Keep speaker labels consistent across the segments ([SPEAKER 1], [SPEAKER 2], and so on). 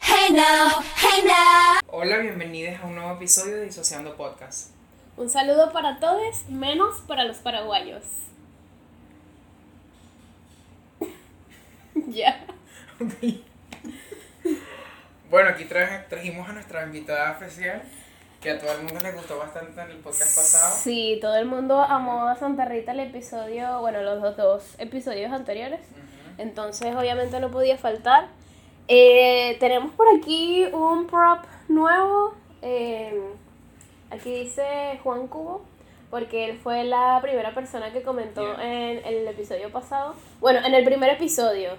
[SPEAKER 1] Hey now, hey now.
[SPEAKER 2] Hola, bienvenidos a un nuevo episodio de Disociando Podcast.
[SPEAKER 3] Un saludo para todos, menos para los paraguayos. ya.
[SPEAKER 2] Bueno, aquí traje- trajimos a nuestra invitada especial, que a todo el mundo le gustó bastante en el podcast pasado.
[SPEAKER 3] Sí, todo el mundo amó a Santa Rita el episodio, bueno, los dos, dos episodios anteriores.
[SPEAKER 2] Ujú.
[SPEAKER 3] Entonces, obviamente no podía faltar. Eh, tenemos por aquí un prop nuevo. eh, aquí dice Juan Cubo, porque él fue la primera persona que comentó en el episodio pasado. Bueno, en el primer episodio.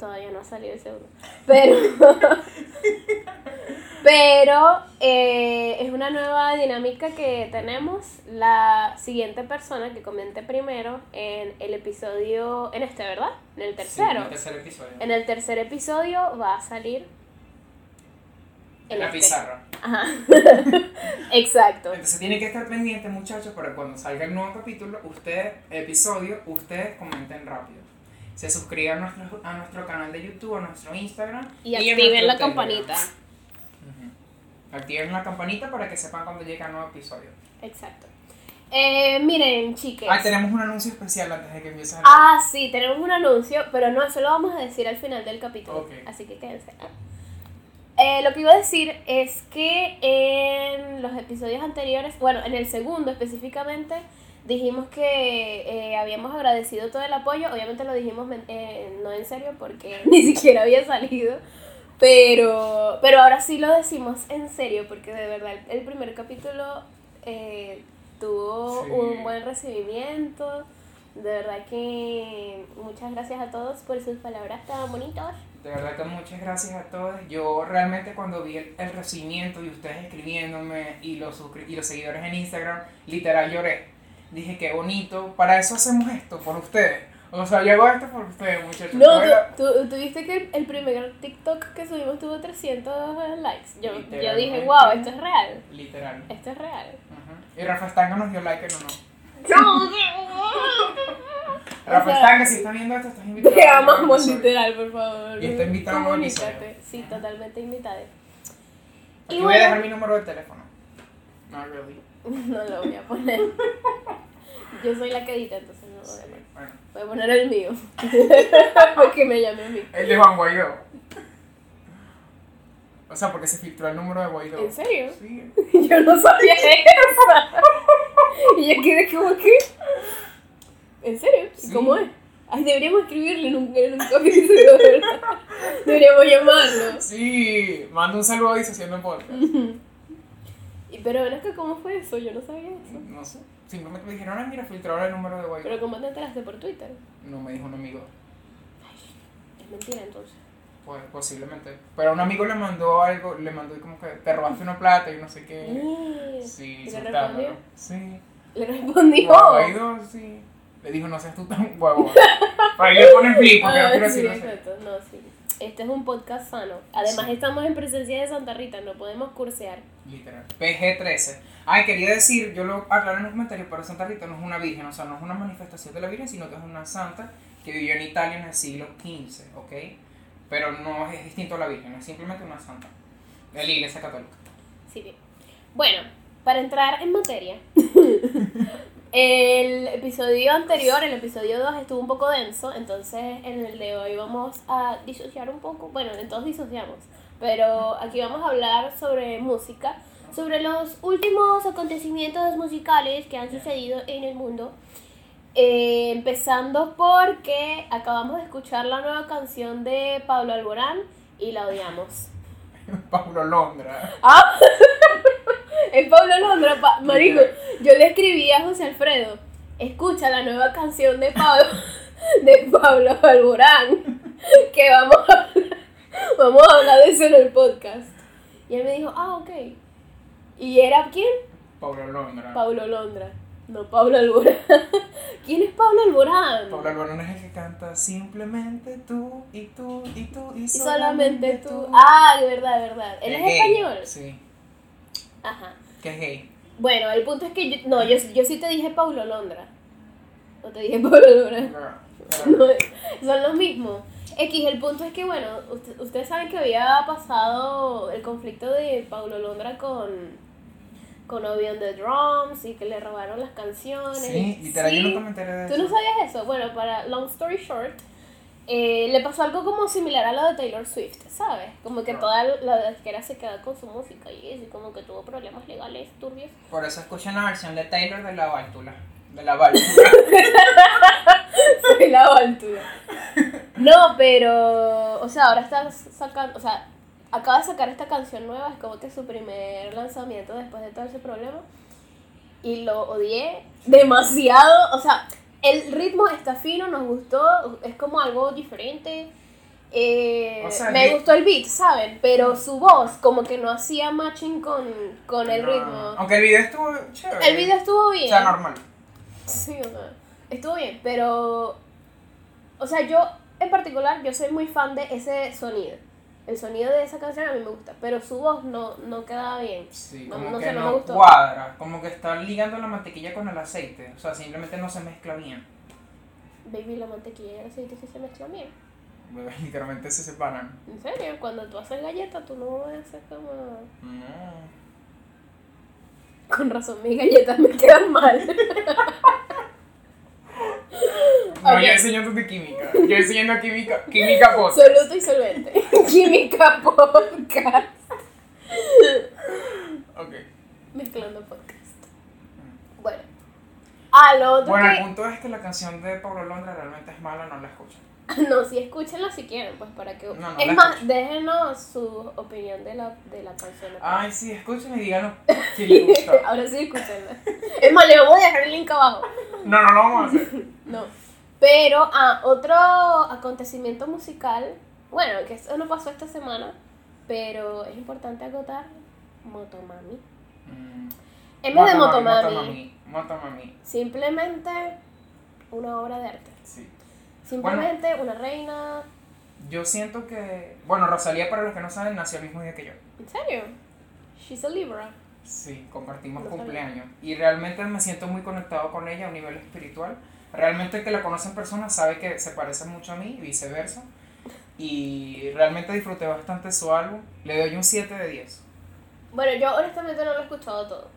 [SPEAKER 3] Todavía no ha salido el segundo. Pero. pero eh, es una nueva dinámica que tenemos. La siguiente persona que comente primero en el episodio. En este, ¿verdad? En el
[SPEAKER 2] Sí, en
[SPEAKER 3] tercero.
[SPEAKER 2] el tercer episodio.
[SPEAKER 3] En el tercer episodio va a salir. el
[SPEAKER 2] la
[SPEAKER 3] este.
[SPEAKER 2] pizarra.
[SPEAKER 3] Ajá. Exacto.
[SPEAKER 2] Entonces tienen que estar pendientes, muchachos, para cuando salga el nuevo capítulo, ustedes, episodio, ustedes comenten rápido. Se suscriban a nuestro, a nuestro canal de YouTube, a nuestro Instagram.
[SPEAKER 3] Y
[SPEAKER 2] a nuestro
[SPEAKER 3] activen la
[SPEAKER 2] Telegram.
[SPEAKER 3] campanita.
[SPEAKER 2] Ujú. Activen la campanita para que sepan cuando llega el nuevo episodio.
[SPEAKER 3] Exacto. Eh, miren, chiques.
[SPEAKER 2] Ah, tenemos un anuncio especial antes de que empiece el
[SPEAKER 3] Ah, sí, tenemos un anuncio, pero no, eso lo vamos a decir al final del capítulo.
[SPEAKER 2] Ok.
[SPEAKER 3] Así que quédense. Eh, lo que iba a decir es que en los episodios anteriores, bueno, en el segundo específicamente, dijimos que eh, habíamos agradecido todo el apoyo. Obviamente lo dijimos men- eh, no en serio porque ni siquiera había salido. Pero, pero ahora sí lo decimos en serio porque de verdad el primer capítulo eh, tuvo
[SPEAKER 2] Sí.
[SPEAKER 3] un buen recibimiento. De verdad que muchas gracias a todos por sus palabras tan bonitas.
[SPEAKER 2] De verdad que muchas gracias a todos. Yo realmente cuando vi el, el recibimiento y ustedes escribiéndome y los, suscri- y los seguidores en Instagram, literal lloré. Dije, qué bonito, para eso hacemos esto, por ustedes. O sea, yo hago esto por ustedes, muchachos.
[SPEAKER 3] No,
[SPEAKER 2] De verdad.
[SPEAKER 3] tú, tú, tú viste que el, el primer TikTok que subimos tuvo 300 likes. Yo, yo
[SPEAKER 2] Literalmente.
[SPEAKER 3] dije, wow, esto es real.
[SPEAKER 2] Literal.
[SPEAKER 3] Esto es real.
[SPEAKER 2] Ujú. Y Rafa Stanga nos dio like en honor.
[SPEAKER 3] O
[SPEAKER 2] Rafa
[SPEAKER 3] sea,
[SPEAKER 2] Stanga, si estás viendo esto, estás invitado.
[SPEAKER 3] Te
[SPEAKER 2] a un
[SPEAKER 3] amamos
[SPEAKER 2] episodio.
[SPEAKER 3] literal, por favor.
[SPEAKER 2] Y está invitado a un
[SPEAKER 3] Comunícate.
[SPEAKER 2] episodio.
[SPEAKER 3] Sí, totalmente invitada.
[SPEAKER 2] Aquí voy
[SPEAKER 3] Y
[SPEAKER 2] a
[SPEAKER 3] bueno.
[SPEAKER 2] dejar mi número de teléfono. No, really.
[SPEAKER 3] No lo voy a poner. Yo soy la que edita, entonces no lo voy a poner.
[SPEAKER 2] Bueno,
[SPEAKER 3] Voy a poner el mío. Porque me llame a mí.
[SPEAKER 2] el de Juan Guaidó. O sea, porque se filtró el número de Guaidó.
[SPEAKER 3] ¿En serio?
[SPEAKER 2] Sí.
[SPEAKER 3] Yo no sabía eso. Y yo quedé como que. ¿En serio? ¿Y
[SPEAKER 2] Sí.
[SPEAKER 3] cómo es? Ay, deberíamos escribirle nunca, nunca de verdad. Deberíamos llamarlo.
[SPEAKER 2] Sí, mando un saludo a Disociando en Podcast.
[SPEAKER 3] Y, pero ven acá, ¿cómo fue eso? Yo no sabía eso.
[SPEAKER 2] No sé, simplemente me dijeron, ah, mira, filtraron el número de Guaidó.
[SPEAKER 3] Pero ¿cómo te enteraste por Twitter?
[SPEAKER 2] No me dijo un amigo,
[SPEAKER 3] Es mentira entonces.
[SPEAKER 2] pues posiblemente. Pero un amigo le mandó algo, le mandó como que te robaste una plata y no sé qué.
[SPEAKER 3] Eh,
[SPEAKER 2] Sí,
[SPEAKER 3] ¿Y le
[SPEAKER 2] insultándolo.
[SPEAKER 3] respondió?
[SPEAKER 2] Sí.
[SPEAKER 3] Le respondí.
[SPEAKER 2] Guau,
[SPEAKER 3] "Oh".
[SPEAKER 2] Guaidó, sí. Le dijo, no seas tú tan guapo. Para ahí le ponen flip, porque no
[SPEAKER 3] Ah,
[SPEAKER 2] quiero
[SPEAKER 3] sí,
[SPEAKER 2] decir no sé.
[SPEAKER 3] exacto. No, sí. Este es un podcast sano. Además,
[SPEAKER 2] Sí.
[SPEAKER 3] estamos en presencia de Santa Rita, no podemos cursear.
[SPEAKER 2] Literal. PG-13. Ay, quería decir, yo lo aclaro en los comentarios, pero Santa Rita no es una virgen, o sea, no es una manifestación de la Virgen, sino que es una santa que vivió en Italia en el siglo XV, ¿ok? Pero no es distinto a la Virgen, es simplemente una santa de la Iglesia Católica.
[SPEAKER 3] Sí, bien. Bueno, para entrar en materia, el episodio anterior, el episodio 2, estuvo un poco denso, entonces en el de hoy vamos a disociar un poco. Bueno, entonces disociamos, pero aquí vamos a hablar sobre música, sobre los últimos acontecimientos musicales que han sucedido en el mundo. Eh, empezando porque acabamos de escuchar la nueva canción de Pablo Alborán y la odiamos.
[SPEAKER 2] Pablo Londra.
[SPEAKER 3] Ah, es Pablo Londra, pa- marico. Yo le escribí a José Alfredo, escucha la nueva canción de Pablo, de Pablo Alborán, que vamos a, hablar- vamos a hablar de eso en el podcast. Y él me dijo, ah, ok. ¿Y era quién?
[SPEAKER 2] Pablo Londra.
[SPEAKER 3] Pablo Londra, no Pablo Alborán. ¿Quién es Pablo Alborán?
[SPEAKER 2] Pablo Alborán es el que canta simplemente tú y tú y tú y,
[SPEAKER 3] Y solamente tú. Ah, de verdad, de verdad. Él es
[SPEAKER 2] gay.
[SPEAKER 3] español.
[SPEAKER 2] Sí,
[SPEAKER 3] Ajá.
[SPEAKER 2] que es gay.
[SPEAKER 3] Bueno, el punto es que yo, no, yo, yo sí te dije Paulo Londra. No te dije Paulo Londra.
[SPEAKER 2] Girl.
[SPEAKER 3] No, son los mismos. X, el punto es que, bueno, usted- ustedes saben que había pasado el conflicto de Paulo Londra con, con Obi on the Drums y que le robaron las canciones.
[SPEAKER 2] Sí, literal, yo
[SPEAKER 3] Sí.
[SPEAKER 2] nunca me enteré de
[SPEAKER 3] ¿Tú
[SPEAKER 2] eso.
[SPEAKER 3] no sabías eso? Bueno, para long story short, eh, le pasó algo como similar a lo de Taylor Swift, ¿sabes? Como que
[SPEAKER 2] No.
[SPEAKER 3] toda la disquera se quedó con su música y eso, y como que tuvo problemas legales turbios.
[SPEAKER 2] Por eso escuchan la versión de Taylor de la válvula. De la válvula.
[SPEAKER 3] Soy la aventura. No, pero, o sea, ahora estás sacando, o sea, acaba de sacar esta canción nueva, es como que su primer lanzamiento después de todo ese problema. Y lo odié demasiado, o sea, el ritmo está fino, nos gustó, es como algo diferente. Eh,
[SPEAKER 2] O sea,
[SPEAKER 3] me
[SPEAKER 2] yo-
[SPEAKER 3] gustó el beat, ¿saben? Pero su voz como que no hacía matching con, con el
[SPEAKER 2] No.
[SPEAKER 3] ritmo.
[SPEAKER 2] Aunque el video estuvo chévere.
[SPEAKER 3] El video estuvo bien.
[SPEAKER 2] O sea, normal.
[SPEAKER 3] Sí, o sea, estuvo bien, pero. O sea, yo en particular, yo soy muy fan de ese sonido. El sonido de esa canción a mí me gusta, pero su voz no, no quedaba bien.
[SPEAKER 2] Sí,
[SPEAKER 3] No,
[SPEAKER 2] como
[SPEAKER 3] no
[SPEAKER 2] que
[SPEAKER 3] sé, no
[SPEAKER 2] no,
[SPEAKER 3] me gustó.
[SPEAKER 2] cuadra. Como que está ligando la mantequilla con el aceite. O sea, simplemente no se mezcla bien.
[SPEAKER 3] Baby, la mantequilla y el aceite sí se mezclan bien.
[SPEAKER 2] Bueno, Literalmente se separan.
[SPEAKER 3] En serio, cuando tú haces galletas, tú no haces como.
[SPEAKER 2] No.
[SPEAKER 3] Con razón, mis galletas me quedan mal.
[SPEAKER 2] No,
[SPEAKER 3] Ok.
[SPEAKER 2] yo enseñando de química. Yo enseñando química, química post.
[SPEAKER 3] Soluto y solvente. Química podcast.
[SPEAKER 2] Ok.
[SPEAKER 3] Mezclando podcast. Bueno. Al otro
[SPEAKER 2] Bueno,
[SPEAKER 3] que.
[SPEAKER 2] el punto es que la canción de Pablo Londra realmente es mala, no la escuchan.
[SPEAKER 3] No, sí, escúchenla si quieren, pues para que...
[SPEAKER 2] No, no la
[SPEAKER 3] es más,
[SPEAKER 2] escucho.
[SPEAKER 3] déjenos su opinión de la, de la canción.
[SPEAKER 2] Ay, sí, escuchen y díganos si les gusta.
[SPEAKER 3] Ahora sí, escúchenla. Es más, le vamos a dejar el link abajo.
[SPEAKER 2] No, no lo vamos a hacer.
[SPEAKER 3] No. Pero, ah, otro acontecimiento musical, bueno, que eso no pasó esta semana, pero es importante acotar Motomami.
[SPEAKER 2] Mm.
[SPEAKER 3] En vez de
[SPEAKER 2] Motomami,
[SPEAKER 3] Motomami,
[SPEAKER 2] Motomami, Motomami,
[SPEAKER 3] simplemente una obra de arte.
[SPEAKER 2] sí.
[SPEAKER 3] Simplemente una reina...
[SPEAKER 2] Yo siento que. Bueno, Rosalía, para los que no saben, nació el mismo día que yo.
[SPEAKER 3] ¿En serio? She's a Libra.
[SPEAKER 2] Sí, compartimos
[SPEAKER 3] Rosalía.
[SPEAKER 2] cumpleaños. Y realmente me siento muy conectado con ella a un nivel espiritual. Realmente el que la conoce en persona sabe que se parece mucho a mí y viceversa. Y realmente disfruté bastante su álbum. Le doy un 7 de 10.
[SPEAKER 3] Bueno, yo honestamente no lo he escuchado todo.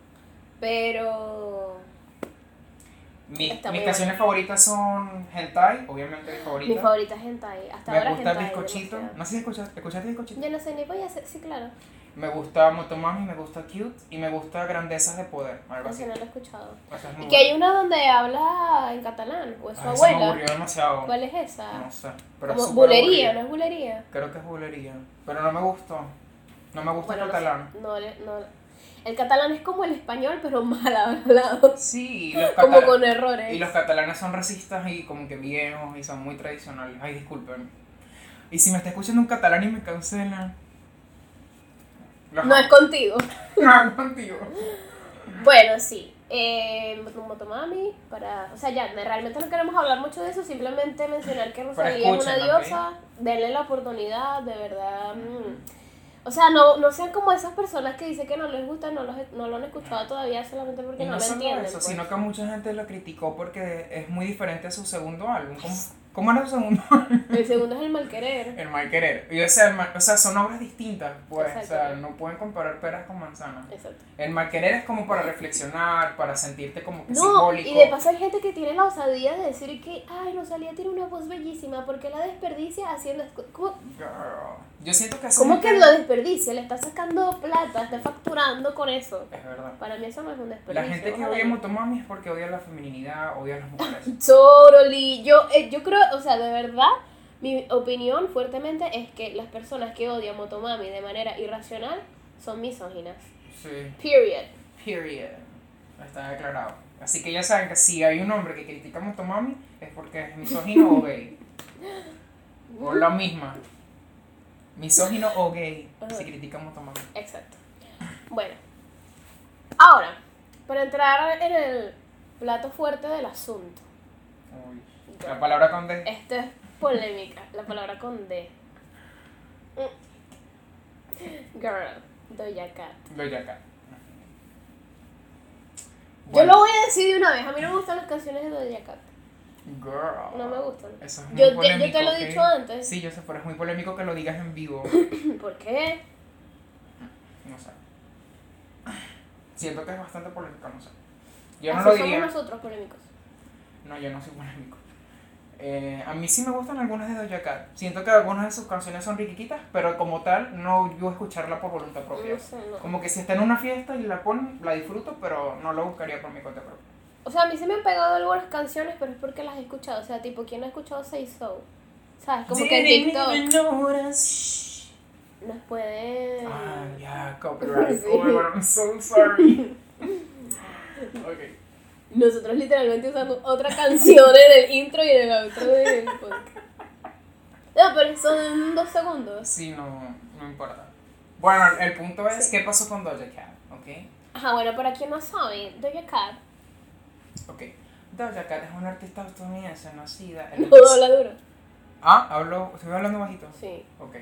[SPEAKER 3] Pero.
[SPEAKER 2] Mi- mis
[SPEAKER 3] Está muy
[SPEAKER 2] canciones favoritas son Hentai, obviamente mi favorita.
[SPEAKER 3] Mi favorita es hentai. Hasta
[SPEAKER 2] me
[SPEAKER 3] ahora
[SPEAKER 2] gusta
[SPEAKER 3] hentai.
[SPEAKER 2] Bizcochito.
[SPEAKER 3] demasiado.
[SPEAKER 2] No sé si escuchaste, ¿escuchaste Bizcochito.
[SPEAKER 3] Yo no sé ni voy a hacer. Sí, claro.
[SPEAKER 2] Me gusta Motomami, me gusta Cute y me gusta Grandezas de Poder. Algo
[SPEAKER 3] No sé,
[SPEAKER 2] así.
[SPEAKER 3] no lo he escuchado.
[SPEAKER 2] O sea, es muy Ah,
[SPEAKER 3] Y que hay una donde habla en catalán. O es su
[SPEAKER 2] Ay, eso me
[SPEAKER 3] abuela.
[SPEAKER 2] aburrió demasiado.
[SPEAKER 3] ¿Cuál es esa?
[SPEAKER 2] No sé. Pero es
[SPEAKER 3] Como
[SPEAKER 2] súper
[SPEAKER 3] bulería,
[SPEAKER 2] aburrido.
[SPEAKER 3] ¿no es bulería?
[SPEAKER 2] Creo que es bulería. Pero no me gustó. No me gusta
[SPEAKER 3] Bueno,
[SPEAKER 2] el
[SPEAKER 3] no
[SPEAKER 2] catalán.
[SPEAKER 3] sé, No, le- no, El catalán es como el español, pero mal hablado.
[SPEAKER 2] Sí, y los,
[SPEAKER 3] Como
[SPEAKER 2] catala-
[SPEAKER 3] con
[SPEAKER 2] y
[SPEAKER 3] errores.
[SPEAKER 2] los catalanes son racistas y como que viejos y son muy tradicionales. Ay, disculpen. Y si me está escuchando un catalán y me cancelan. Los
[SPEAKER 3] No es contigo.
[SPEAKER 2] amo. No, contigo.
[SPEAKER 3] Bueno, sí. Eh, Motomami, para. O sea, ya, de- realmente no queremos hablar mucho de eso, simplemente mencionar que Rosalía es una
[SPEAKER 2] escúchenla,
[SPEAKER 3] diosa, denle la oportunidad, de verdad. mm. O sea, no, no sean como esas personas que dicen que no les gusta, no, los, no lo han escuchado todavía solamente porque
[SPEAKER 2] Y
[SPEAKER 3] no,
[SPEAKER 2] no
[SPEAKER 3] lo
[SPEAKER 2] solo
[SPEAKER 3] entienden.
[SPEAKER 2] eso,
[SPEAKER 3] pues.
[SPEAKER 2] sino que mucha gente lo criticó porque es muy diferente a su segundo álbum. ¿Cómo, cómo era su segundo?
[SPEAKER 3] El segundo es el mal querer.
[SPEAKER 2] El mal querer. Y, o, sea, el mal- o sea, son obras distintas, pues. O sea,
[SPEAKER 3] Exacto.
[SPEAKER 2] no pueden comparar peras con manzanas.
[SPEAKER 3] Exacto.
[SPEAKER 2] El mal querer es como para reflexionar, para sentirte como que
[SPEAKER 3] No,
[SPEAKER 2] simbólico.
[SPEAKER 3] y de paso hay gente que tiene la osadía de decir que, ay, Rosalía tiene una voz bellísima, porque la desperdicia haciendo. escu- ¿Cómo,
[SPEAKER 2] Girl. Yo siento que así.
[SPEAKER 3] cómo que lo desperdicia? Le está sacando plata, está facturando con eso.
[SPEAKER 2] Es verdad.
[SPEAKER 3] Para mí eso no es un desperdicio.
[SPEAKER 2] La gente que
[SPEAKER 3] ojalá
[SPEAKER 2] odia
[SPEAKER 3] no.
[SPEAKER 2] Motomami es porque odia la feminidad, odia a las mujeres.
[SPEAKER 3] Totally. Yo, eh, yo creo, o sea, de verdad, mi opinión fuertemente es que las personas que odian Motomami de manera irracional son misóginas.
[SPEAKER 2] Sí.
[SPEAKER 3] Period.
[SPEAKER 2] Period. Está declarado. Así que ya saben que si hay un hombre que critica a Motomami es porque es misógino o gay. O la misma. Misógino o gay. Si critica a Motomami.
[SPEAKER 3] Exacto. Bueno. Ahora, para entrar en el plato fuerte del asunto.
[SPEAKER 2] Uy. La palabra con D.
[SPEAKER 3] Esto es polémica, la palabra con D. Mm. Girl, Doja Cat.
[SPEAKER 2] Doja Cat.
[SPEAKER 3] Yo lo voy a decir de una vez, a mí no me gustan las canciones de Doja Cat.
[SPEAKER 2] Girl.
[SPEAKER 3] No me gustan.
[SPEAKER 2] Eso es muy
[SPEAKER 3] Yo te, yo
[SPEAKER 2] polémico,
[SPEAKER 3] te lo
[SPEAKER 2] ¿ok?
[SPEAKER 3] he dicho antes.
[SPEAKER 2] Sí, yo sé, pero es muy polémico que lo digas en vivo.
[SPEAKER 3] ¿Por qué?
[SPEAKER 2] No sé. Siento que es bastante polémico, no sé. Yo no
[SPEAKER 3] Así
[SPEAKER 2] lo
[SPEAKER 3] somos
[SPEAKER 2] diría.
[SPEAKER 3] nosotros polémicos.
[SPEAKER 2] No, yo no soy polémico. Eh, a mí sí me gustan algunas de Doja Cat. Siento que algunas de sus canciones son riquiquitas, pero como tal, no yo escucharla por voluntad propia.
[SPEAKER 3] No sé, no.
[SPEAKER 2] Como que si está en una fiesta y la ponen, la disfruto, pero no la buscaría por mi cuenta propia.
[SPEAKER 3] O sea, a mí se me han pegado algunas canciones, pero es porque las he escuchado. O sea, tipo, ¿quién no ha escuchado Say So? ¿Sabes? Como que en TikTok nos pueden...
[SPEAKER 2] Ah, yeah, copyright.
[SPEAKER 3] Sí.
[SPEAKER 2] Oh my God, I'm so sorry. okay.
[SPEAKER 3] Nosotros literalmente usando otra canción en el intro y en el outro del podcast. No, pero son dos segundos.
[SPEAKER 2] Sí, no, no importa. Bueno, el punto es
[SPEAKER 3] Sí.
[SPEAKER 2] qué pasó con Doja Cat, ¿ok?
[SPEAKER 3] Ajá, bueno, para quien no sabe, Doja Cat
[SPEAKER 2] Ok. Doja Cat es una artista estadounidense nacida en...
[SPEAKER 3] no habla duro.
[SPEAKER 2] Ah, hablo, estoy hablando bajito.
[SPEAKER 3] Sí.
[SPEAKER 2] Ok.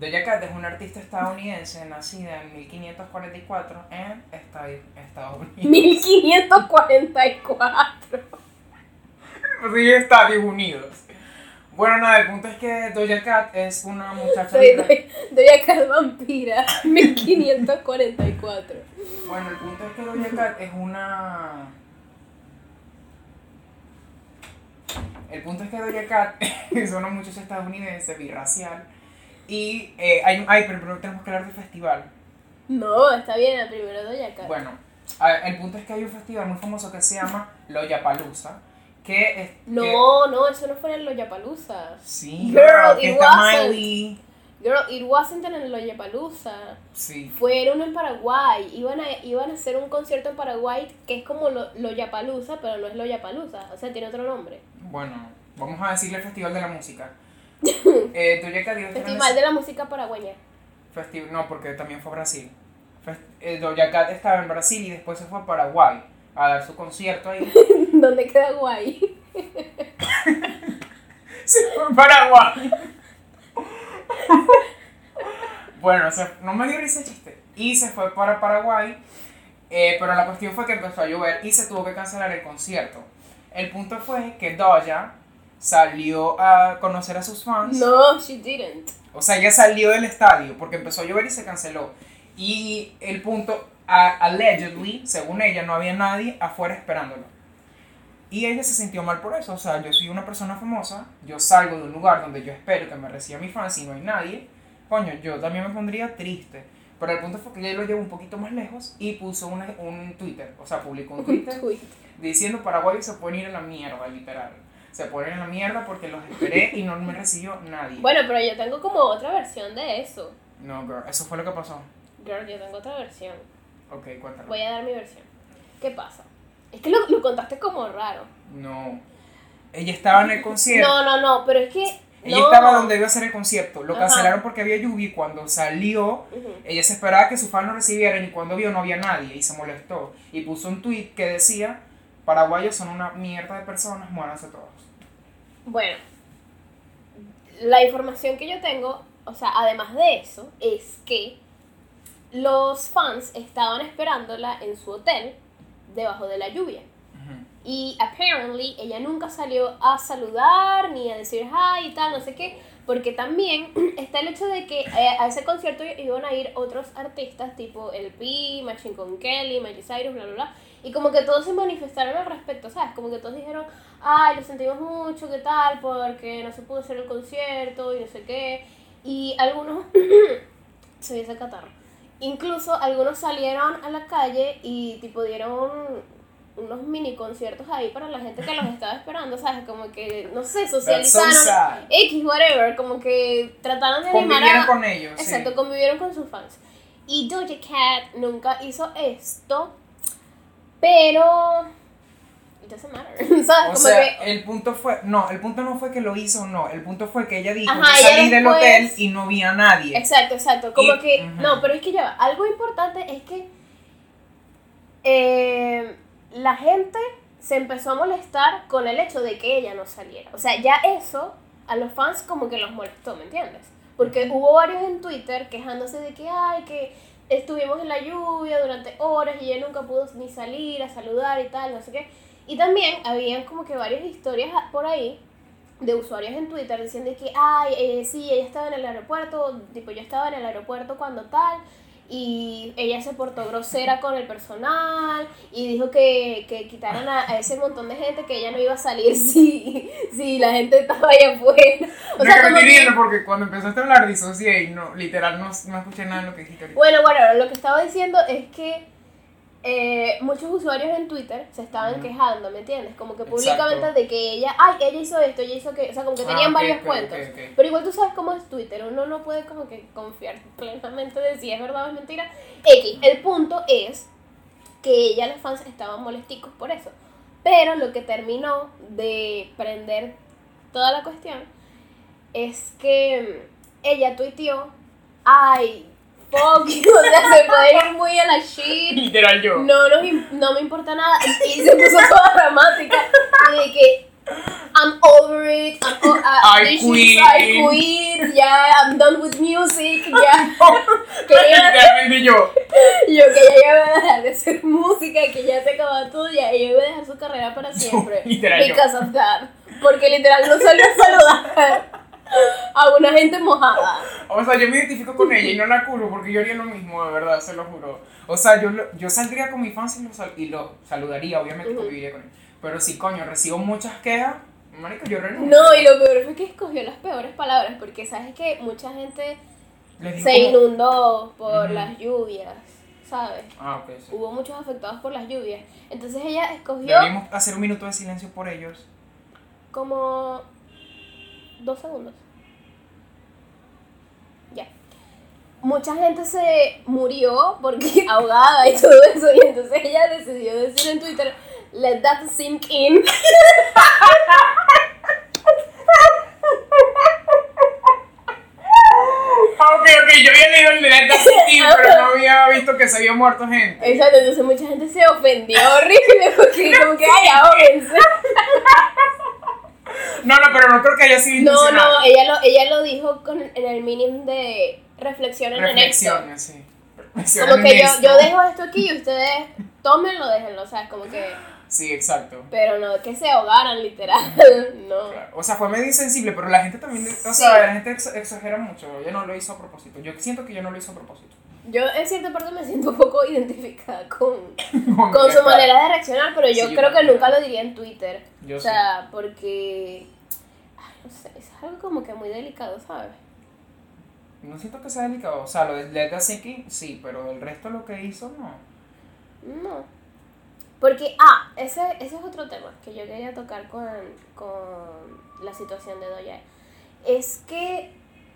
[SPEAKER 2] Doja Cat es una artista estadounidense nacida en 1544 en esta- Estados Unidos.
[SPEAKER 3] 1544.
[SPEAKER 2] Sí, Estados Unidos. Bueno, nada, el punto es que Doja Cat es una muchacha...
[SPEAKER 3] Soy
[SPEAKER 2] libre-
[SPEAKER 3] Doy- Doja Cat vampira. 1544.
[SPEAKER 2] Bueno, el punto es que Doja Cat es una. El punto es que Doja Cat es una muchacha estadounidense birracial. Y. eh, hay, ay, pero primero tenemos que hablar del festival.
[SPEAKER 3] No, está bien, el primero Doja Cat.
[SPEAKER 2] Bueno, a ver, el punto es que hay un festival muy famoso que se llama Lollapalooza. Que es. que-
[SPEAKER 3] No, no, eso no fue en el Lollapalooza.
[SPEAKER 2] sí,
[SPEAKER 3] Girl,
[SPEAKER 2] girl, que
[SPEAKER 3] it
[SPEAKER 2] está
[SPEAKER 3] wasn't.
[SPEAKER 2] Miley.
[SPEAKER 3] Girl, it wasn't en el Lollapalooza.
[SPEAKER 2] Sí.
[SPEAKER 3] Fueron en Paraguay, iban a, iban a hacer un concierto en Paraguay que es como lo, Lollapalooza, pero no es Lollapalooza, o sea, tiene otro nombre.
[SPEAKER 2] Bueno, vamos a decirle el Festival de la Música. Eh, Doja Cat dio este
[SPEAKER 3] Festival de la Música Paraguaya.
[SPEAKER 2] Festi- no, porque también fue a Brasil. Fest- eh, Doja Cat estaba en Brasil y después se fue a Paraguay a dar su concierto ahí.
[SPEAKER 3] ¿Dónde queda Guay?
[SPEAKER 2] se fue a Paraguay. bueno, se- no me dio risa el chiste. Y se fue para Paraguay, eh, pero la cuestión fue que empezó a llover y se tuvo que cancelar el concierto. El punto fue que Doja salió a conocer a sus fans.
[SPEAKER 3] No, she didn't.
[SPEAKER 2] O sea, ya salió del estadio porque empezó a llover y se canceló. Y el punto, a- allegedly, según ella, no había nadie afuera esperándolo. Y ella se sintió mal por eso. O sea, yo soy una persona famosa, yo salgo de un lugar donde yo espero que me reciba mi fans y no hay nadie. Coño, yo también me pondría triste. Pero el punto fue que ella lo llevó un poquito más lejos y puso una- un Twitter. O sea, publicó un
[SPEAKER 3] Un
[SPEAKER 2] Twitter
[SPEAKER 3] tweet.
[SPEAKER 2] diciendo paraguayos se pueden ir a la mierda, literal. Se pueden ir a la mierda porque los esperé y no me recibió nadie.
[SPEAKER 3] Bueno, pero yo tengo como otra versión de eso.
[SPEAKER 2] No, girl, eso fue lo que pasó.
[SPEAKER 3] Girl, yo tengo otra versión.
[SPEAKER 2] Ok, cuéntalo.
[SPEAKER 3] Voy a dar mi versión. ¿Qué pasa? Es que lo, lo contaste como raro.
[SPEAKER 2] No. Ella estaba en el concierto.
[SPEAKER 3] No, no, no, pero es que.
[SPEAKER 2] Ella
[SPEAKER 3] no.
[SPEAKER 2] estaba donde iba a ser el concierto. Lo
[SPEAKER 3] Ajá.
[SPEAKER 2] cancelaron porque había lluvia y cuando salió,
[SPEAKER 3] Ujú.
[SPEAKER 2] ella se esperaba que sus fans lo recibieran y cuando vio no había nadie y se molestó. Y puso un tweet que decía, paraguayos son una mierda de personas, muéranse todos.
[SPEAKER 3] Bueno, la información que yo tengo, o sea, además de eso, es que los fans estaban esperándola en su hotel debajo de la lluvia.
[SPEAKER 2] Ujú.
[SPEAKER 3] Y apparently ella nunca salió a saludar ni a decir hi y tal, no sé qué. Porque también está el hecho de que eh, a ese concierto iban a ir otros artistas tipo El P, Machine Gun Kelly, Miley Cyrus, bla, bla, bla. Y como que todos se manifestaron al respecto, ¿sabes? Como que todos dijeron, ay, lo sentimos mucho, ¿qué tal? Porque no se pudo hacer el concierto y no sé qué. Y algunos se dice catarro. Incluso algunos salieron a la calle y tipo dieron unos mini conciertos ahí para la gente que los estaba esperando, ¿sabes? Como que, no sé,
[SPEAKER 2] That's so
[SPEAKER 3] socializaron.
[SPEAKER 2] sad.
[SPEAKER 3] X, whatever, como que trataron de animar
[SPEAKER 2] Convivieron
[SPEAKER 3] a...
[SPEAKER 2] con ellos. sí.
[SPEAKER 3] Exacto, convivieron con sus fans. Y Doja Cat nunca hizo esto, pero... It doesn't matter, ¿sabes?
[SPEAKER 2] O
[SPEAKER 3] como
[SPEAKER 2] sea,
[SPEAKER 3] que...
[SPEAKER 2] el punto fue, no, el punto no fue que lo hizo o no, el punto fue que ella dijo,
[SPEAKER 3] Ajá,
[SPEAKER 2] yo
[SPEAKER 3] ella
[SPEAKER 2] salí del
[SPEAKER 3] después-
[SPEAKER 2] hotel y no vi a nadie.
[SPEAKER 3] Exacto, exacto, como
[SPEAKER 2] Y-
[SPEAKER 3] que...
[SPEAKER 2] Ujú.
[SPEAKER 3] No, pero es que ya va, algo importante es que eh, la gente se empezó a molestar con el hecho de que ella no saliera. O sea, ya eso a los fans como que los molestó, ¿me entiendes? Porque hubo varios en Twitter quejándose de que, ay, que estuvimos en la lluvia durante horas y ella nunca pudo ni salir a saludar y tal, no sé qué. Y también habían como que varias historias a- por ahí de usuarios en Twitter diciendo que, ay, eh, sí, ella estaba en el aeropuerto, tipo yo estaba en el aeropuerto cuando tal, y ella se portó grosera con el personal y dijo que, que quitaran a, a ese montón de gente que ella no iba a salir si, si la gente estaba allá afuera. O
[SPEAKER 2] me
[SPEAKER 3] sea,
[SPEAKER 2] quedé
[SPEAKER 3] como que-
[SPEAKER 2] riendo porque cuando empezaste a hablar disocié y no, literal no, no escuché nada de lo que dijiste ahorita.
[SPEAKER 3] Bueno, bueno, lo que estaba diciendo es que eh, muchos usuarios en Twitter se estaban
[SPEAKER 2] Ujú.
[SPEAKER 3] quejando, ¿me entiendes? Como que
[SPEAKER 2] Exacto.
[SPEAKER 3] públicamente de que ella, ay, ella hizo esto, ella hizo que, o sea, como que
[SPEAKER 2] Ah,
[SPEAKER 3] tenían
[SPEAKER 2] ok,
[SPEAKER 3] varios
[SPEAKER 2] ok,
[SPEAKER 3] cuentos.
[SPEAKER 2] ok, ok.
[SPEAKER 3] Pero igual tú sabes cómo es Twitter, uno no puede como que confiar plenamente de si es verdad o es mentira. X, el punto es que ella, los fans estaban molesticos por eso. Pero lo que terminó de prender toda la cuestión es que ella tuiteó, ay, fuck you", o sea, se puede ir muy a la shit,
[SPEAKER 2] Literal yo.
[SPEAKER 3] no, nos im- no me importa nada, y se puso toda dramática, y de que, I'm over it, I'm o- uh,
[SPEAKER 2] I
[SPEAKER 3] this is-
[SPEAKER 2] quit.
[SPEAKER 3] I quit, yeah, I'm done with music, ya, que ya,
[SPEAKER 2] Literalmente yo.
[SPEAKER 3] yo que ya, ya voy a dejar de hacer música, que ya se acabó todo, ya, ella iba a dejar su carrera para siempre,
[SPEAKER 2] literal yo.
[SPEAKER 3] because of that, porque literal no salió a saludar a una gente mojada.
[SPEAKER 2] O sea, yo me identifico con ella y no la curo porque yo haría lo mismo, de verdad, se lo juro. O sea, yo, lo- yo saldría con mis fans y los, sal- y los saludaría, obviamente,
[SPEAKER 3] Ujú.
[SPEAKER 2] conviviría con ellos. Pero sí, coño, recibo muchas quejas. Marico, yo renuncio.
[SPEAKER 3] No, y lo peor fue que escogió las peores palabras, porque sabes que mucha gente
[SPEAKER 2] Les digo
[SPEAKER 3] se
[SPEAKER 2] como-
[SPEAKER 3] inundó por
[SPEAKER 2] Ujú.
[SPEAKER 3] las lluvias, ¿sabes?
[SPEAKER 2] Ah, ok, sí.
[SPEAKER 3] Hubo muchos afectados por las lluvias. Entonces ella escogió
[SPEAKER 2] Deberíamos hacer un minuto de silencio por ellos.
[SPEAKER 3] como dos segundos. Ya. Mucha gente se murió porque ahogada y todo eso, y entonces ella decidió decir en Twitter, let that sink in.
[SPEAKER 2] Ah, ok, ok, yo había leído el de la pero no había visto que se había muerto gente.
[SPEAKER 3] Exacto, entonces mucha gente se ofendió horrible porque como que, ay, ahóguense.
[SPEAKER 2] No, no, pero no creo que haya sido
[SPEAKER 3] No,
[SPEAKER 2] intencional.
[SPEAKER 3] no, eh, ella lo, ella lo dijo con, en el mínimo de reflexionen en esto.
[SPEAKER 2] Reflexiones, sí. Reflexiones
[SPEAKER 3] Como que
[SPEAKER 2] en
[SPEAKER 3] yo,
[SPEAKER 2] esto.
[SPEAKER 3] yo dejo esto aquí y ustedes tómenlo, déjenlo, ¿sabes? Como que,
[SPEAKER 2] Sí, exacto.
[SPEAKER 3] pero no, que se ahogaran literal, no.
[SPEAKER 2] Claro. O sea, fue medio insensible, pero la gente también, o
[SPEAKER 3] Sí.
[SPEAKER 2] sea, la gente ex- exagera mucho. Ella no lo hizo a propósito. Yo siento que ella no lo hizo a propósito.
[SPEAKER 3] Yo en cierta parte me siento un poco identificada con,
[SPEAKER 2] Con
[SPEAKER 3] con su manera de reaccionar, pero yo
[SPEAKER 2] Sí, yo
[SPEAKER 3] creo que
[SPEAKER 2] también.
[SPEAKER 3] nunca lo diría en Twitter.
[SPEAKER 2] Yo
[SPEAKER 3] o sea, porque, ay, no sé, es algo como que muy delicado, ¿sabes?
[SPEAKER 2] No siento que sea delicado. O sea, lo de Led Zeppelin, sí, pero el resto lo que hizo, no.
[SPEAKER 3] No. Porque, ah, ese, ese es otro tema que yo quería tocar con, con la situación de Doja. Es que,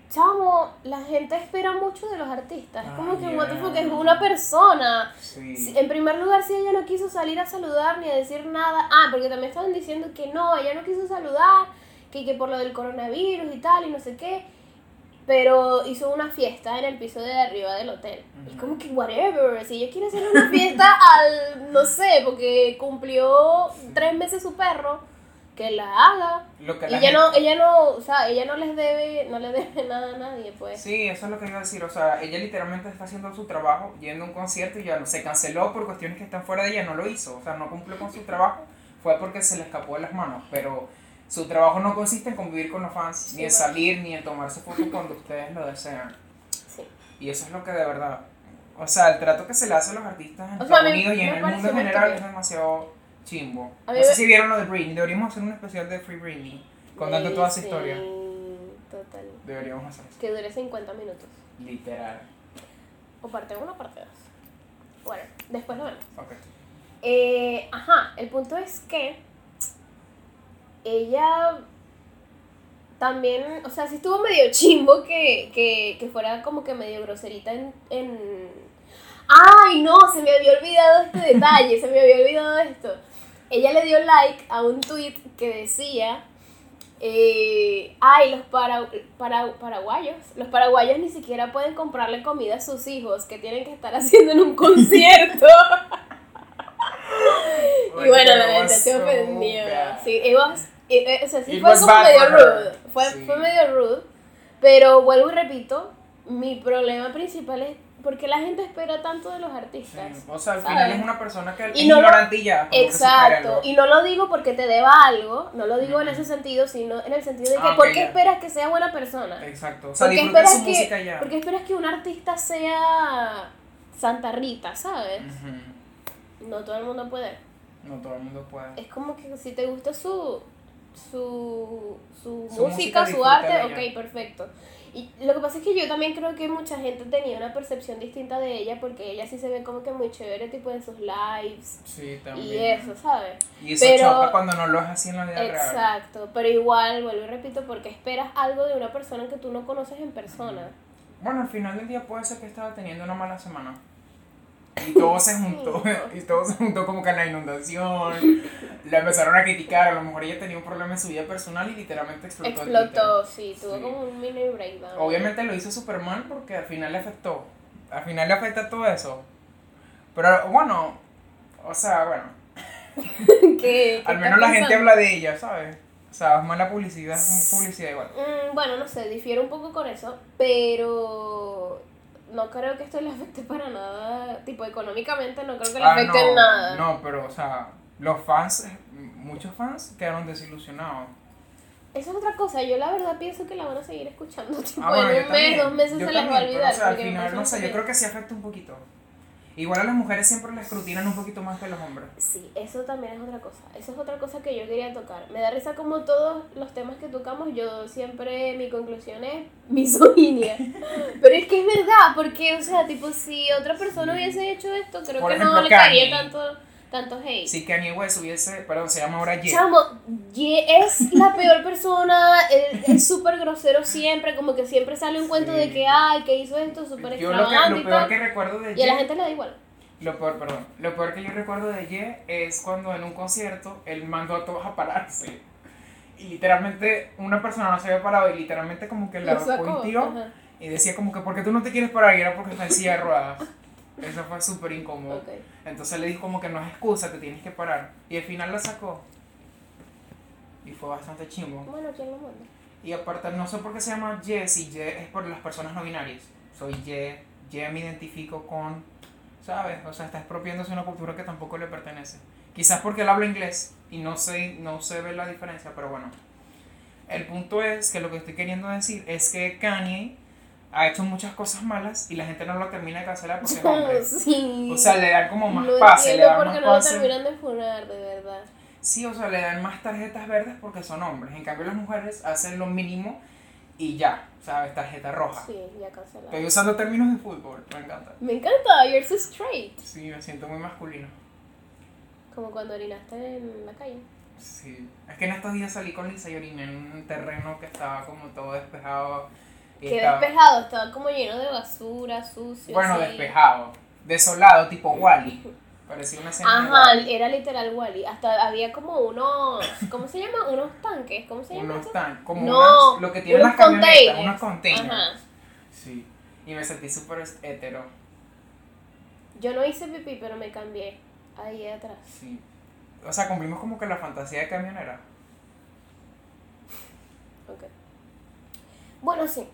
[SPEAKER 3] chamo, la gente espera mucho de los artistas. Es como
[SPEAKER 2] Ah,
[SPEAKER 3] que, what the fuck,
[SPEAKER 2] yeah.
[SPEAKER 3] es una persona.
[SPEAKER 2] Sí.
[SPEAKER 3] Si- En primer lugar, si ella no quiso salir a saludar ni a decir nada. Ah, porque también estaban diciendo que no, ella no quiso saludar, que, que por lo del coronavirus y tal, y no sé qué. Pero hizo una fiesta en el piso de arriba del hotel. Es
[SPEAKER 2] Ujú.
[SPEAKER 3] como que, whatever, si ella quiere hacer una fiesta al, no sé, porque cumplió tres meses su perro, que la haga.
[SPEAKER 2] Lo que
[SPEAKER 3] Y
[SPEAKER 2] la
[SPEAKER 3] ella
[SPEAKER 2] gente-
[SPEAKER 3] no, ella no, o sea, ella no les debe, no le debe nada a nadie, pues.
[SPEAKER 2] Sí, eso es lo que iba a decir. O sea, ella literalmente está haciendo su trabajo yendo a un concierto y ya no se canceló por cuestiones que están fuera de ella. No lo hizo. O sea, no cumplió con su trabajo. Fue porque se le escapó de las manos. Pero su trabajo no consiste en convivir con los fans,
[SPEAKER 3] Sí,
[SPEAKER 2] ni en
[SPEAKER 3] bueno.
[SPEAKER 2] salir, ni en tomarse fotos cuando ustedes lo desean.
[SPEAKER 3] Sí.
[SPEAKER 2] Y eso es lo que de verdad. O sea, el trato que se le hace a los artistas en
[SPEAKER 3] O sea,
[SPEAKER 2] Estados
[SPEAKER 3] me-
[SPEAKER 2] Unidos y en
[SPEAKER 3] me
[SPEAKER 2] el
[SPEAKER 3] parece
[SPEAKER 2] mundo en
[SPEAKER 3] muy
[SPEAKER 2] general
[SPEAKER 3] bien.
[SPEAKER 2] es demasiado chimbo.
[SPEAKER 3] A
[SPEAKER 2] No
[SPEAKER 3] mí
[SPEAKER 2] sé
[SPEAKER 3] me-
[SPEAKER 2] si vieron lo de Britney. Deberíamos hacer un especial de Free Britney contando toda esa
[SPEAKER 3] Sí,
[SPEAKER 2] historia.
[SPEAKER 3] Total.
[SPEAKER 2] Deberíamos hacer eso.
[SPEAKER 3] Que dure 50 minutos.
[SPEAKER 2] Literal.
[SPEAKER 3] O parte 1 o parte 2. Bueno, después lo vemos.
[SPEAKER 2] Ok.
[SPEAKER 3] Eh, ajá, el punto es que ella también, o sea, sí estuvo medio chimbo que, que, que fuera como que medio groserita en, en... ¡Ay, no! Se me había olvidado este detalle, se me había olvidado esto. Ella le dio like a un tweet que decía, eh, ay, los para- para- paraguayos, los paraguayos ni siquiera pueden comprarle comida a sus hijos, que tienen que estar haciendo en un concierto. Y bueno, la gente se ofendió. Sí, it was- it- eh, o sea, sí
[SPEAKER 2] It
[SPEAKER 3] fue
[SPEAKER 2] was
[SPEAKER 3] como
[SPEAKER 2] bad
[SPEAKER 3] medio
[SPEAKER 2] for her.
[SPEAKER 3] rude. Fue,
[SPEAKER 2] Sí.
[SPEAKER 3] fue medio rude. Pero vuelvo y repito, mi problema principal es ¿Por qué la gente espera tanto de los artistas?
[SPEAKER 2] Sí, O sea, al
[SPEAKER 3] ¿sabes?
[SPEAKER 2] final es una persona que es
[SPEAKER 3] Y no lo-
[SPEAKER 2] ignorante y ya. como que
[SPEAKER 3] Exacto,
[SPEAKER 2] supéralo.
[SPEAKER 3] y no lo digo porque te deba algo, no lo digo en
[SPEAKER 2] Ujú.
[SPEAKER 3] ese sentido, sino en el sentido de que
[SPEAKER 2] Ah, ok,
[SPEAKER 3] ¿por qué
[SPEAKER 2] ya.
[SPEAKER 3] esperas que sea buena persona?
[SPEAKER 2] Exacto. O sea,
[SPEAKER 3] ¿Por qué
[SPEAKER 2] disfruta
[SPEAKER 3] esperas
[SPEAKER 2] su música y
[SPEAKER 3] que
[SPEAKER 2] ya.
[SPEAKER 3] por qué esperas que un artista sea Santa Rita, sabes?
[SPEAKER 2] Ujú.
[SPEAKER 3] No todo el mundo puede.
[SPEAKER 2] No todo el mundo puede.
[SPEAKER 3] Es como que si te gusta su su, su
[SPEAKER 2] Su
[SPEAKER 3] música,
[SPEAKER 2] música,
[SPEAKER 3] su arte,
[SPEAKER 2] disfrútala ya.
[SPEAKER 3] ok, perfecto. Y lo que pasa es que yo también creo que mucha gente tenía una percepción distinta de ella porque ella sí se ve como que muy chévere tipo en sus lives
[SPEAKER 2] Sí,
[SPEAKER 3] y
[SPEAKER 2] también.
[SPEAKER 3] eso, ¿sabes?
[SPEAKER 2] Y eso
[SPEAKER 3] Pero-
[SPEAKER 2] choca cuando no lo es así en la vida real.
[SPEAKER 3] Exacto, pero igual, vuelvo y repito, porque esperas algo de una persona que tú no conoces en persona.
[SPEAKER 2] Bueno, al final del día puede ser que estaba teniendo una mala semana. Y todo se juntó, y todo se juntó como que la inundación, la empezaron a criticar, a lo mejor ella tenía un problema en su vida personal y literalmente explotó. en
[SPEAKER 3] Explotó, sí, tuvo
[SPEAKER 2] Sí.
[SPEAKER 3] como un mini breakdown.
[SPEAKER 2] Twitter. Obviamente lo hizo súper mal porque al final le afectó, al final le afecta todo eso. Pero bueno, o sea, bueno,
[SPEAKER 3] ¿Qué- qué
[SPEAKER 2] al
[SPEAKER 3] estás
[SPEAKER 2] menos la gente
[SPEAKER 3] pensando?
[SPEAKER 2] habla de ella, ¿sabes? O sea, es mala publicidad, es publicidad igual.
[SPEAKER 3] Mm, bueno, no sé, difiero un poco con eso, pero no creo que esto le afecte para nada, tipo económicamente no creo que le
[SPEAKER 2] Ah,
[SPEAKER 3] afecte
[SPEAKER 2] no,
[SPEAKER 3] en nada.
[SPEAKER 2] No, pero, o sea, los fans, eh, muchos fans quedaron desilusionados.
[SPEAKER 3] Eso es otra cosa, yo la verdad pienso que la van a seguir escuchando, tipo
[SPEAKER 2] Ah, bueno,
[SPEAKER 3] en
[SPEAKER 2] yo
[SPEAKER 3] un mes,
[SPEAKER 2] también.
[SPEAKER 3] dos meses
[SPEAKER 2] Yo
[SPEAKER 3] se les va a
[SPEAKER 2] también, pero,
[SPEAKER 3] olvidar.
[SPEAKER 2] o sea, al
[SPEAKER 3] porque me
[SPEAKER 2] final,
[SPEAKER 3] parece
[SPEAKER 2] no sé, yo
[SPEAKER 3] que-
[SPEAKER 2] creo que sí afecta un poquito. Igual a las mujeres siempre las escrutinan un poquito más que a los hombres.
[SPEAKER 3] Sí, eso también es otra cosa. Eso es otra cosa que yo quería tocar. Me da risa como todos los temas que tocamos, yo siempre mi conclusión es misoginia. Pero es que es verdad, porque, o sea, tipo, si otra persona
[SPEAKER 2] Sí.
[SPEAKER 3] hubiese hecho esto, creo
[SPEAKER 2] Por
[SPEAKER 3] que no
[SPEAKER 2] ejemplo,
[SPEAKER 3] le caería
[SPEAKER 2] Kanye.
[SPEAKER 3] tanto, tanto hate.
[SPEAKER 2] Si Kanye West hubiese, perdón, se llama ahora Ye.
[SPEAKER 3] Chamo, Ye es la peor persona, él es súper grosero siempre, como que siempre sale un cuento
[SPEAKER 2] Sí.
[SPEAKER 3] de que, ay, que hizo esto, súper
[SPEAKER 2] Yo lo, que,
[SPEAKER 3] extravagante
[SPEAKER 2] lo
[SPEAKER 3] y
[SPEAKER 2] peor
[SPEAKER 3] tal.
[SPEAKER 2] que recuerdo de
[SPEAKER 3] Y a la
[SPEAKER 2] Ye,
[SPEAKER 3] gente le da igual.
[SPEAKER 2] lo peor, perdón, lo peor que yo recuerdo de Ye es cuando en un concierto él mandó a todos a pararse. Y literalmente una persona no se había parado y literalmente como que la
[SPEAKER 3] Lo sacó,
[SPEAKER 2] volteó.
[SPEAKER 3] ajá,
[SPEAKER 2] Y decía como que, ¿por qué tú no te quieres parar? Y era porque está en silla de ruedas. Eso fue súper incómodo.
[SPEAKER 3] ok.
[SPEAKER 2] Entonces le dijo como que no es excusa, te tienes que parar. Y al final la sacó. Y fue bastante chimbo.
[SPEAKER 3] Bueno, ¿quién lo manda?
[SPEAKER 2] Y aparte, no sé por qué se llama Ye, si Ye es por las personas no binarias. Soy Ye, Ye me identifico con, ¿sabes? O sea, está expropiándose una cultura que tampoco le pertenece. Quizás porque él habla inglés y no sé, no se ve la diferencia, pero bueno. El punto es que lo que estoy queriendo decir es que Kanye ha hecho muchas cosas malas y la gente no lo termina de cancelar porque es hombre.
[SPEAKER 3] sí.
[SPEAKER 2] O sea, le dan como más
[SPEAKER 3] no
[SPEAKER 2] pase, le dan
[SPEAKER 3] entiendo por
[SPEAKER 2] más
[SPEAKER 3] qué no lo
[SPEAKER 2] pase.
[SPEAKER 3] terminan de funar, de verdad.
[SPEAKER 2] Sí, o sea, le dan más tarjetas verdes porque son hombres. En cambio, las mujeres hacen lo mínimo y ya, ¿sabes? Tarjeta roja.
[SPEAKER 3] Sí, ya cancelado.
[SPEAKER 2] Estoy usando términos de fútbol, me encanta.
[SPEAKER 3] Me encanta, you're so straight.
[SPEAKER 2] Sí, me siento muy masculino.
[SPEAKER 3] Como cuando orinaste en la calle.
[SPEAKER 2] Sí. Es que en estos días salí con Lisa y oriné en un terreno que estaba como todo despejado. Y
[SPEAKER 3] Qué
[SPEAKER 2] estaba-
[SPEAKER 3] despejado, estaba como lleno de basura, sucio.
[SPEAKER 2] Bueno,
[SPEAKER 3] así.
[SPEAKER 2] despejado. Desolado, tipo Wally. Parecía una escena. de
[SPEAKER 3] Ajá,
[SPEAKER 2] Wall-E.
[SPEAKER 3] era literal Wally. Hasta había como unos. ¿Cómo se llama? Unos tanques. ¿Cómo se llama?
[SPEAKER 2] Unos
[SPEAKER 3] eso?
[SPEAKER 2] tan- como
[SPEAKER 3] No,
[SPEAKER 2] unas- lo que tienen
[SPEAKER 3] unos
[SPEAKER 2] las camionetas,
[SPEAKER 3] containers.
[SPEAKER 2] unos containers.
[SPEAKER 3] Ajá.
[SPEAKER 2] Sí. Y me sentí súper hetero.
[SPEAKER 3] Yo no hice pipí, pero me cambié. Ahí atrás.
[SPEAKER 2] Sí. O sea, cumplimos como que la fantasía de camionera.
[SPEAKER 3] Ok. Bueno, sí.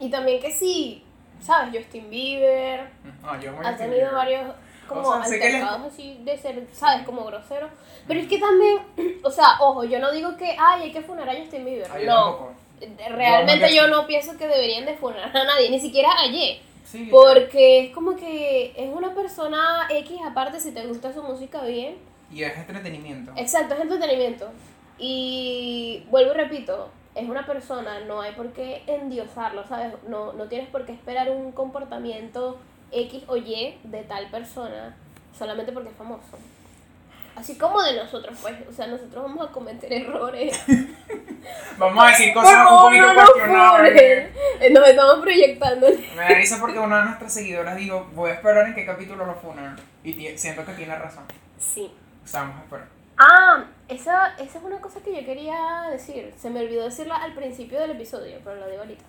[SPEAKER 3] Y también que sí, ¿sabes? Justin Bieber.
[SPEAKER 2] No, Mm, ah, yo me
[SPEAKER 3] ha tenido varios como
[SPEAKER 2] O sea, sé que les-
[SPEAKER 3] altercados así de ser, ¿sabes? Como groseros. Pero es que también, o sea, ojo, yo no digo que, ay, hay que funar a Justin Bieber.
[SPEAKER 2] Ah, yo
[SPEAKER 3] no, eh,
[SPEAKER 2] tampoco.
[SPEAKER 3] realmente
[SPEAKER 2] Yo
[SPEAKER 3] yo
[SPEAKER 2] amo a
[SPEAKER 3] no pienso que deberían de funar a nadie, ni siquiera a Ye.
[SPEAKER 2] Sí.
[SPEAKER 3] Porque es como que es una persona X aparte, si te gusta su música bien.
[SPEAKER 2] Y es entretenimiento.
[SPEAKER 3] Exacto, es entretenimiento. Y vuelvo y repito, es una persona, no hay por qué endiosarlo, ¿sabes? No, no tienes por qué esperar un comportamiento X o Y de tal persona solamente porque es famoso. Así como de nosotros, pues. O sea, nosotros vamos a cometer errores.
[SPEAKER 2] Vamos a decir
[SPEAKER 3] Por
[SPEAKER 2] cosas un
[SPEAKER 3] favor,
[SPEAKER 2] poquito
[SPEAKER 3] no nos
[SPEAKER 2] cuestionables.
[SPEAKER 3] funen. Nos estamos proyectando.
[SPEAKER 2] Me da risa porque una de nuestras seguidoras dijo, voy a esperar en qué capítulo lo funan. Y ti- siento que tiene razón.
[SPEAKER 3] Sí.
[SPEAKER 2] O sea, vamos a esperar.
[SPEAKER 3] Ah, esa, esa es una cosa que yo quería decir. Se me olvidó decirla al principio del episodio, pero la digo ahorita.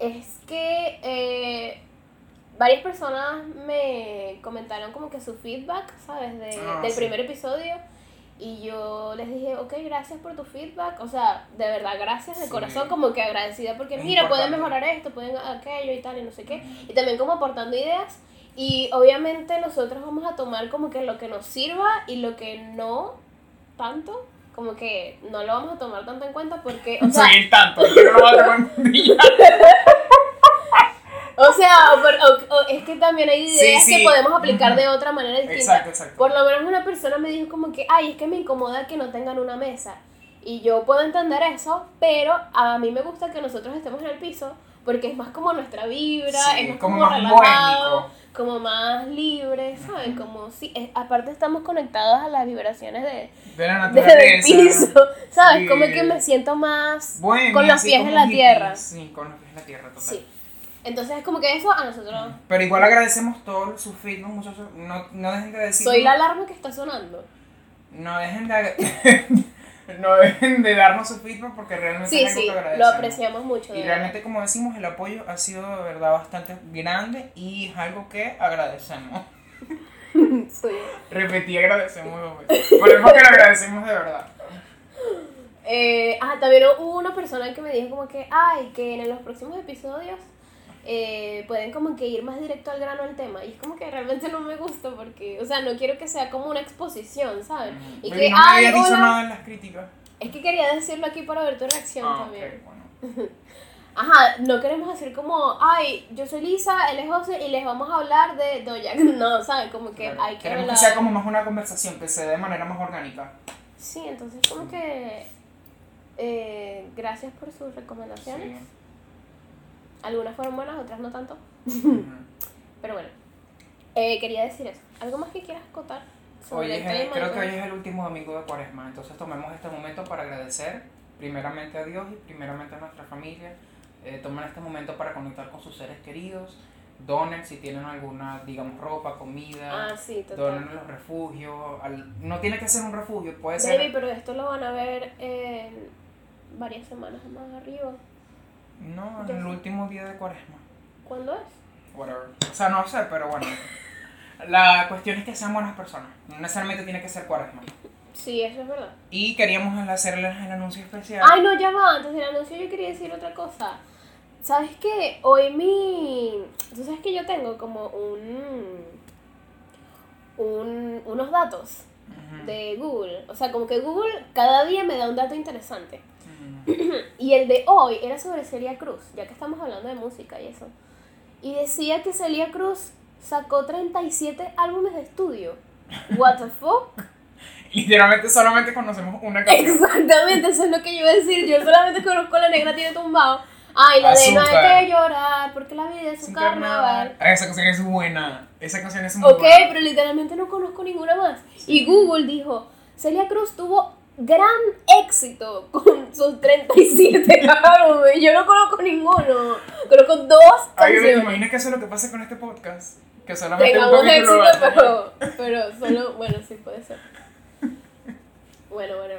[SPEAKER 3] Es que eh, varias personas me comentaron como que su feedback, ¿sabes? De-
[SPEAKER 2] Ah,
[SPEAKER 3] del
[SPEAKER 2] sí.
[SPEAKER 3] primer episodio. Y yo les dije, ok, gracias por tu feedback. O sea, de verdad, gracias de
[SPEAKER 2] Sí.
[SPEAKER 3] corazón, como que agradecida porque,
[SPEAKER 2] Es
[SPEAKER 3] mira, pueden
[SPEAKER 2] importante.
[SPEAKER 3] mejorar esto, pueden aquello y tal, y no sé qué. Y también como aportando ideas. Y obviamente nosotros vamos a tomar como que lo que nos sirva y lo que no tanto, como que no lo vamos a tomar tanto en cuenta porque, o sea,
[SPEAKER 2] Seguir tanto, yo no voy a tomar un día.
[SPEAKER 3] o sea, o por- o- o es que también hay
[SPEAKER 2] Sí,
[SPEAKER 3] ideas
[SPEAKER 2] sí.
[SPEAKER 3] que podemos aplicar de otra manera distinta.
[SPEAKER 2] Exacto, exacto.
[SPEAKER 3] Por lo menos una persona me dijo como que, ay, es que me incomoda que no tengan una mesa. Y yo puedo entender eso, pero a mí me gusta que nosotros estemos en el piso porque es más como nuestra vibra,
[SPEAKER 2] Sí,
[SPEAKER 3] es más
[SPEAKER 2] es como
[SPEAKER 3] como,
[SPEAKER 2] más
[SPEAKER 3] relajado,
[SPEAKER 2] bohémico.
[SPEAKER 3] como más libre, ¿saben? Como si, es- aparte estamos conectados a las vibraciones de,
[SPEAKER 2] De la
[SPEAKER 3] de- del
[SPEAKER 2] naturaleza.
[SPEAKER 3] piso, ¿sabes?
[SPEAKER 2] Sí.
[SPEAKER 3] Como que me siento más
[SPEAKER 2] Bohemia,
[SPEAKER 3] con los
[SPEAKER 2] así
[SPEAKER 3] pies
[SPEAKER 2] como
[SPEAKER 3] en la
[SPEAKER 2] hippie.
[SPEAKER 3] tierra.
[SPEAKER 2] Sí, con los pies en la tierra, total.
[SPEAKER 3] Sí. Entonces es como que eso a nosotros...
[SPEAKER 2] Pero igual agradecemos todos sus feedback, muchachos. No, no dejen de decir.
[SPEAKER 3] Soy la alarma que está sonando.
[SPEAKER 2] No dejen de. no dejen de darnos su feedback porque realmente
[SPEAKER 3] Sí,
[SPEAKER 2] es algo
[SPEAKER 3] sí,
[SPEAKER 2] que
[SPEAKER 3] lo
[SPEAKER 2] agradecemos.
[SPEAKER 3] apreciamos mucho. de
[SPEAKER 2] Y
[SPEAKER 3] verdad.
[SPEAKER 2] realmente, como decimos, el apoyo ha sido de verdad bastante grande y es algo que agradecemos.
[SPEAKER 3] Sí.
[SPEAKER 2] Repetí, agradecemos dos veces. Por eso que lo agradecemos de verdad.
[SPEAKER 3] Eh, ah, también hubo una persona que me dijo como que, ay, que en los próximos episodios eh, pueden como que ir más directo al grano al tema. Y es como que realmente no me gusta porque, o sea, no quiero que sea como una exposición, ¿saben? Y
[SPEAKER 2] Baby,
[SPEAKER 3] que,
[SPEAKER 2] Mm. no me
[SPEAKER 3] ay,
[SPEAKER 2] había dicho
[SPEAKER 3] hola".
[SPEAKER 2] nada en las críticas.
[SPEAKER 3] Es que quería decirlo aquí para ver tu reacción
[SPEAKER 2] Ah,
[SPEAKER 3] también.
[SPEAKER 2] ok, bueno.
[SPEAKER 3] Ajá, no queremos hacer como, ay, yo soy Lisa, él es José y les vamos a hablar de Doja. No, ¿saben? Como que
[SPEAKER 2] Claro.
[SPEAKER 3] hay que
[SPEAKER 2] Queremos
[SPEAKER 3] hablar.
[SPEAKER 2] que sea como más una conversación, que se dé de manera más orgánica.
[SPEAKER 3] Sí, entonces como que... eh, gracias por sus recomendaciones.
[SPEAKER 2] Sí.
[SPEAKER 3] Algunas fueron buenas, otras no tanto.
[SPEAKER 2] Ujú.
[SPEAKER 3] Pero bueno, eh, quería decir eso. ¿Algo más que quieras contar
[SPEAKER 2] Hoy
[SPEAKER 3] sobre este
[SPEAKER 2] es
[SPEAKER 3] el
[SPEAKER 2] el-
[SPEAKER 3] tema?
[SPEAKER 2] creo que hoy es el último domingo de cuaresma, entonces tomemos este momento para agradecer primeramente a Dios y primeramente a nuestra familia. Eh, tomen este momento para conectar con sus seres queridos. Donen si tienen alguna, digamos, ropa, comida.
[SPEAKER 3] Ah, sí, total.
[SPEAKER 2] donen en los refugios. al- no tiene que ser un refugio, puede ser.
[SPEAKER 3] Baby, pero esto lo van a ver en varias semanas más arriba.
[SPEAKER 2] No, en
[SPEAKER 3] Ya
[SPEAKER 2] el
[SPEAKER 3] sé.
[SPEAKER 2] último día de cuaresma.
[SPEAKER 3] ¿Cuándo es?
[SPEAKER 2] Whatever. O sea, no sé, pero bueno. La cuestión es que sean buenas personas. No necesariamente tiene que ser cuaresma.
[SPEAKER 3] Sí, eso es verdad.
[SPEAKER 2] Y queríamos hacerles el anuncio especial.
[SPEAKER 3] Ay, no, ya va. Antes del anuncio yo quería decir otra cosa. ¿Sabes qué? Hoy mi... Tú sabes que yo tengo como un... un unos datos
[SPEAKER 2] Ujú.
[SPEAKER 3] de Google. O sea, como que Google cada día me da un dato interesante.
[SPEAKER 2] Ujú.
[SPEAKER 3] Y el de hoy era sobre Celia Cruz, ya que estamos hablando de música y eso. Y decía que Celia Cruz sacó 37 álbumes de estudio. What the fuck?
[SPEAKER 2] Literalmente solamente conocemos una canción.
[SPEAKER 3] Exactamente, eso es lo que yo iba a decir. Yo solamente conozco la negra tiene tumbado. Ay, la de no
[SPEAKER 2] Azúcar.
[SPEAKER 3] hay que llorar, porque la vida es un carnaval.
[SPEAKER 2] Ah, esa canción es buena. Esa canción es muy
[SPEAKER 3] Ok,
[SPEAKER 2] buena.
[SPEAKER 3] pero literalmente no conozco ninguna más. Y Google dijo, Celia Cruz tuvo gran éxito con sus 37 álbumes. Yo no conozco ninguno. Conozco dos
[SPEAKER 2] Ay, ¿te
[SPEAKER 3] canciones.
[SPEAKER 2] imaginas que eso es lo que pasa con este podcast? Que solamente
[SPEAKER 3] Tengamos
[SPEAKER 2] un capítulo
[SPEAKER 3] éxito,
[SPEAKER 2] va a tener.
[SPEAKER 3] pero, pero solo, bueno, sí puede ser. Bueno, bueno.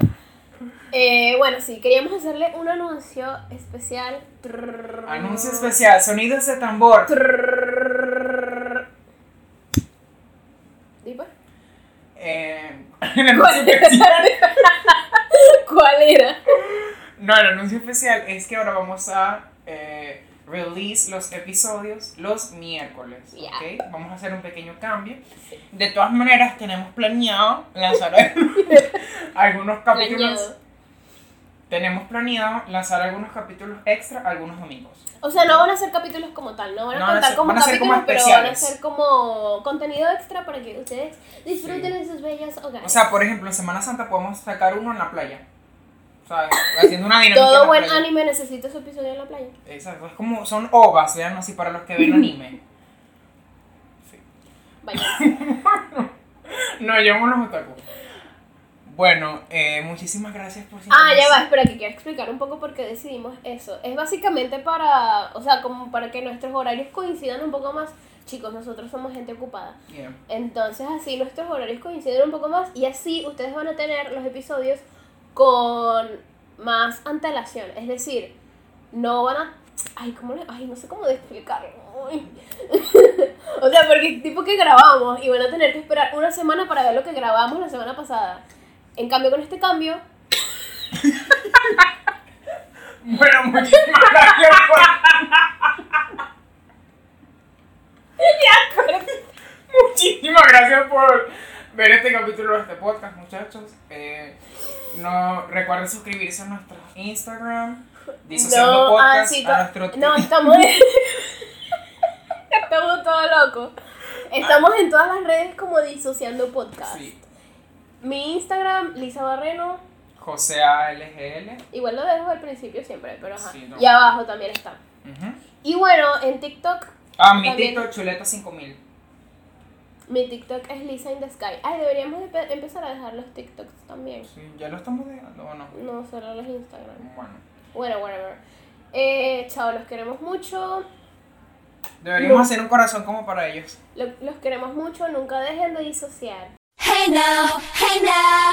[SPEAKER 3] Eh, bueno, sí, queríamos hacerle un anuncio especial. Trrr.
[SPEAKER 2] Anuncio especial, sonidos de tambor.
[SPEAKER 3] Trrr. ¿Y pues?
[SPEAKER 2] Eh, el anuncio especial.
[SPEAKER 3] ¿Cuál era?
[SPEAKER 2] No, el anuncio especial es que ahora vamos a eh, release los episodios los miércoles.
[SPEAKER 3] Ya.
[SPEAKER 2] ¿ok? Vamos a hacer un pequeño cambio. De todas maneras, tenemos planeado lanzar algunos capítulos.
[SPEAKER 3] Planeado.
[SPEAKER 2] Tenemos planeado lanzar algunos capítulos extra algunos domingos.
[SPEAKER 3] O sea, no van a ser capítulos como tal, no van a
[SPEAKER 2] No van a ser-
[SPEAKER 3] contar como
[SPEAKER 2] van a ser como
[SPEAKER 3] capítulos, pero van a
[SPEAKER 2] especiales.
[SPEAKER 3] ser como contenido extra para que ustedes disfruten
[SPEAKER 2] Sí.
[SPEAKER 3] en sus bellas hogares.
[SPEAKER 2] O sea, por ejemplo, en Semana Santa podemos sacar uno en la playa. ¿Sabes? Haciendo una dinámica. en
[SPEAKER 3] Todo
[SPEAKER 2] la
[SPEAKER 3] buen
[SPEAKER 2] playa.
[SPEAKER 3] anime necesita su episodio en la playa.
[SPEAKER 2] Exacto. Es como, son ovas, vean así para los que ven anime.
[SPEAKER 3] Vaya.
[SPEAKER 2] No, llámonos otaku. Bueno, eh, muchísimas gracias por
[SPEAKER 3] Ah, ya va,
[SPEAKER 2] sintonizar.
[SPEAKER 3] espera, que quiero explicar un poco por qué decidimos eso. Es básicamente para, o sea, como para que nuestros horarios coincidan un poco más. Chicos, nosotros somos gente ocupada.
[SPEAKER 2] Yeah.
[SPEAKER 3] Entonces así nuestros horarios coinciden un poco más y así ustedes van a tener los episodios con más antelación. Es decir, no van a... Ay, ¿cómo le- Ay no sé cómo de explicarlo. Ay. o sea, porque tipo que grabamos y van a tener que esperar una semana para ver lo que grabamos la semana pasada. En cambio, con este cambio,
[SPEAKER 2] Bueno, muchísimas gracias por. muchísimas gracias por ver este capítulo de este podcast, muchachos. Eh, no recuerden suscribirse a nuestro Instagram, disociando
[SPEAKER 3] No,
[SPEAKER 2] podcast,
[SPEAKER 3] ah, sí,
[SPEAKER 2] a
[SPEAKER 3] to-
[SPEAKER 2] nuestro
[SPEAKER 3] No, estamos estamos todos locos. Estamos en todas las redes como disociando podcast.
[SPEAKER 2] Sí,
[SPEAKER 3] Mi Instagram, Lisa Barreno,
[SPEAKER 2] José ALGL.
[SPEAKER 3] igual lo dejo al principio siempre, pero ajá.
[SPEAKER 2] Sí, no.
[SPEAKER 3] Y abajo también está.
[SPEAKER 2] Ujú.
[SPEAKER 3] Y bueno, en TikTok,
[SPEAKER 2] Ah, mi
[SPEAKER 3] También.
[SPEAKER 2] TikTok, Chuleta 5000.
[SPEAKER 3] mi TikTok es Lisa in the Sky. Ay, deberíamos de pe- empezar a dejar los TikToks también.
[SPEAKER 2] Sí, ya lo estamos dejando o no.
[SPEAKER 3] No solo los Instagram.
[SPEAKER 2] Bueno,
[SPEAKER 3] Bueno, whatever. Eh, chao, los queremos mucho.
[SPEAKER 2] deberíamos
[SPEAKER 3] No.
[SPEAKER 2] hacer un corazón como para ellos.
[SPEAKER 3] Lo- los queremos mucho. Nunca dejen de disociar.
[SPEAKER 1] Hey now, hey now.